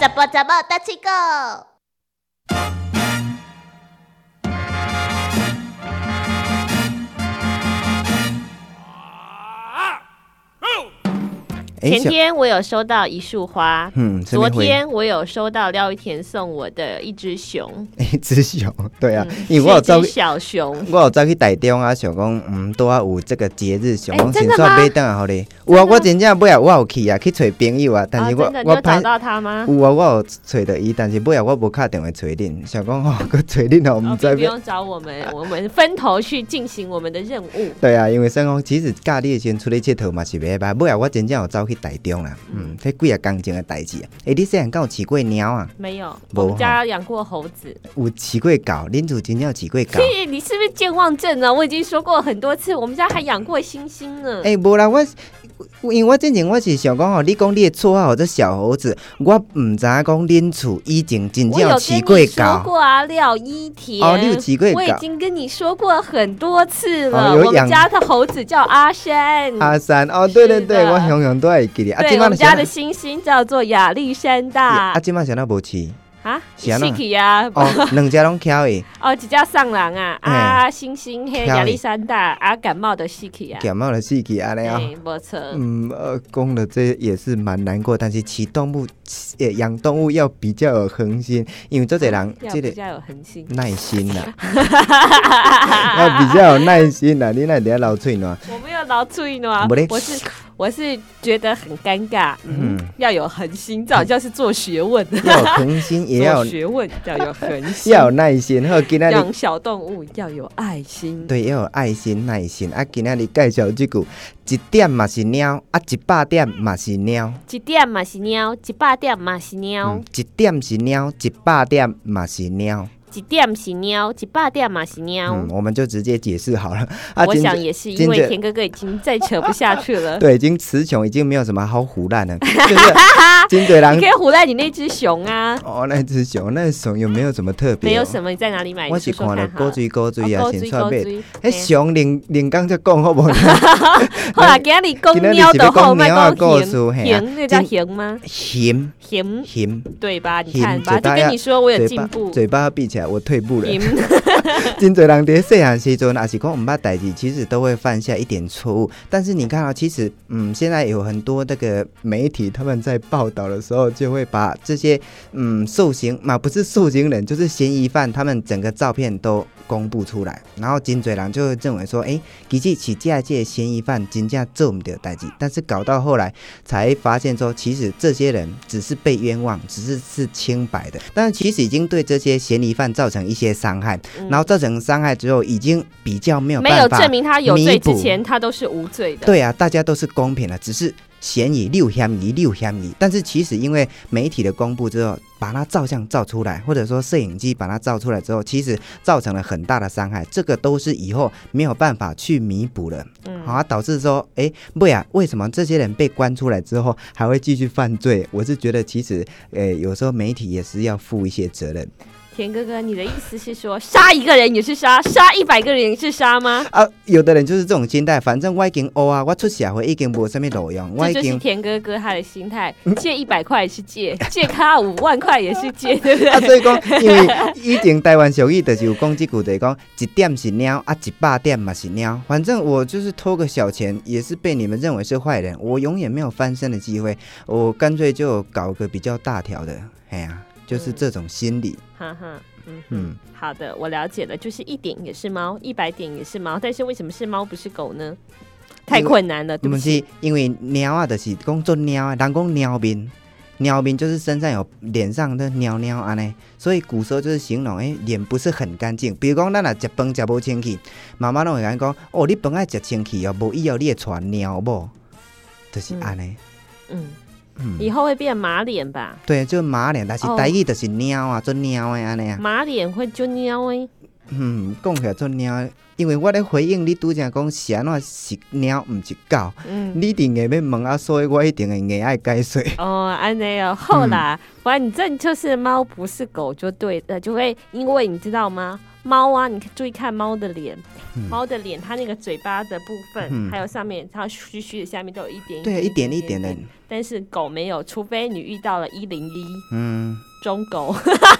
怎么怎么大七个？哎前小天我有收到一束花，嗯这昨边会天我有收到廖一田送我的一只熊，一只熊，哎对啊，嗯因为我有是一走只去，小熊，我有走去台中啊，想讲，嗯，拄啊有这个节日，想讲哎真先的算吗买等啊好咧。有啊，我真正买啊，我有去啊，去找朋友啊，但是我啊、真的你我有找到它吗？有啊，我有找到伊，但是尾啊，我无敲电话找恁，想讲吼，佮找恁哦，毋哦知不要。用找我们，我们分头去进行我们的任务。对啊，因为算讲，其实假日的时阵出去佚佗嘛是袂歹，尾啊，我真正有走去台中啦，嗯，迄几啊工程的代志啊。诶，你细汉敢有饲过猫啊？没有，没我们家养过猴子。有饲过狗？恁厝真正有饲过狗？嘿，你是不是健忘症啊？我已经说过很多次，我们家还养过猩猩呢。诶、无啦，我因为我之前我是想讲吼，你讲你的绰号叫做小猴子，我毋知影讲恁厝以前真我正有饲跟你说狗。过啊，廖一田。哦你有骑过我已狗经跟你说过很多次了。哦有我养们家的猴子叫阿山，阿三哦，对对是对，的我永远都会记得。啊，对，今我晚们家的猩猩叫做亚历山大啊，今晚想到无饲啊，是啊是去啊，哦，哎两只拢 翘的，哦，几家上郎啊，啊，猩猩嘿，亚历山大啊，感冒的是去啊，感冒了死去安尼啊。哎，没错。嗯，呃，公的这也是蛮难过，但是饲动物、呃养动物要比较有恒心，因为做侪人要这比个较有恒心，耐心啦， 要比较有耐心啦。你那底下老喙暖，我没有老注意呢没得，我是我是觉得很尴尬，嗯嗯，要有恒心，这好像是做学问，要有恒心，也要 做学问要有恒心，要有耐心。好，今仔日养小动物要有爱心，对要有爱心、耐心。啊，今仔日介绍即句，一点嘛是猫，啊，一百点嘛是猫。一点嘛是猫，一百点嘛是猫嗯，，一点是猫，一百点嘛是猫。一点是猫，一百点嘛是猫嗯，。我们就直接解释好了。啊，我真想正也是因真为正田哥哥已经再扯不下去了。对，已经词穷，已经没有什么好胡 乱了，就是金嘴狼你可。以唬烂你那只熊啊，哦，那只熊，那熊有没有什么特别、哦没有什么，你在哪里买？我你是说说看了看高哈。追高追啊，哦先串古背锥。哎，古锥熊连连刚才讲好不好？ 后来给你公喵的后，卖公熊，熊那叫熊吗？熊熊熊，对吧？你熊看吧，嘴就巴跟要你说我有嘴进巴步。嘴巴闭起来，我退步了。熊真侪人在细汉时阵，也是讲唔捌代志，其实都会犯下一点错误。但是你看啊，其实嗯，现在有很多那个媒体他们在报道的时候，就会把这些嗯受刑嘛，不是受刑人，就是嫌疑犯，他们整个照片都公布出来，然后真侪人就会认为说，诶、其实起这届嫌疑犯真正做唔到代志，但是搞到后来才发现说，其实这些人只是被冤枉，只是是清白的，但是其实已经对这些嫌疑犯造成一些伤害。然后造成伤害之后，已经比较没有没办有法证明他有罪弥补之前，他都是无罪的。对啊，大家都是公平的，只是嫌疑六嫌疑六嫌疑。但是其实因为媒体的公布之后，把它照相照出来，或者说摄影机把它照出来之后，其实造成了很大的伤害，这个都是以后没有办法去弥补了。嗯好、啊，导致说，哎，不呀，为什么这些人被关出来之后还会继续犯罪？哎我是觉得其实，呃，有时候媒体也是要负一些责任。田哥哥，你的意思是说，杀一个人也是杀，杀一百个人也是杀吗？啊，有的人就是这种心态，反正我已经黑啊，我出社会已经无什么路用，我这已就是经。田哥哥他的心态，嗯借一百块也是借， 借他五万块也是借，对不对 啊，？所以讲，因为以前台湾俗语就是有讲这句，就是讲一点是猫啊，一百点嘛是猫。反正我就是偷个小钱，也是被你们认为是坏人，我永远没有翻身的机会，我干脆就搞个比较大条的，哎呀、就是这种心理。哈哈，嗯嗯嗯，好的，我了解了，就是一点也是猫，一百点也是猫，但是为什么是猫不是狗呢？太困难了，我对不们起。是因为猫啊，就是讲做猫啊，人讲猫面，猫面就是身上有脸上的猫猫安尼，所以古时候就是形容诶、脸不是很干净。比如讲，咱若食饭食无清气，妈妈拢会甲咱讲，哦，你饭爱食清气哦，无以后你会传猫无，就是安尼。嗯，嗯，以后会变马脸吧？对，就马脸，但是哦台语就是猫啊，做猫诶安尼啊。马脸会就喵哎，嗯，讲起来做猫的，因为我咧回应你拄则讲是安怎是猫毋是狗，嗯，你一定会要问啊，所以我一定会硬爱解释。哦，安内哦，嗯后啦，反正就是猫不是狗就对了，就会因为你知道吗？猫啊，你注意看猫的脸，猫的脸它那个嘴巴的部分，嗯还有上面它虚虚的下面都有一点，对，一点一点的，但是狗没有，除非你遇到了一零一嗯，中狗，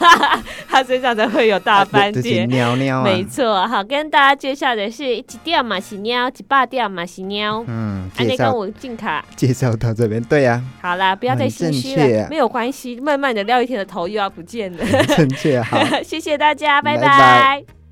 它身上才会有大斑自己点。尿尿啊，没错，好，跟大家介绍的是一点嘛是猫，一百点嘛是猫。嗯，安介啊内跟绍我进卡，介绍到这边，对 啊呀、好啦，不要再很心正虚确了啊，没有关系，慢慢的廖一天的头又要不见了。 很正确，好。谢谢大家，拜拜拜拜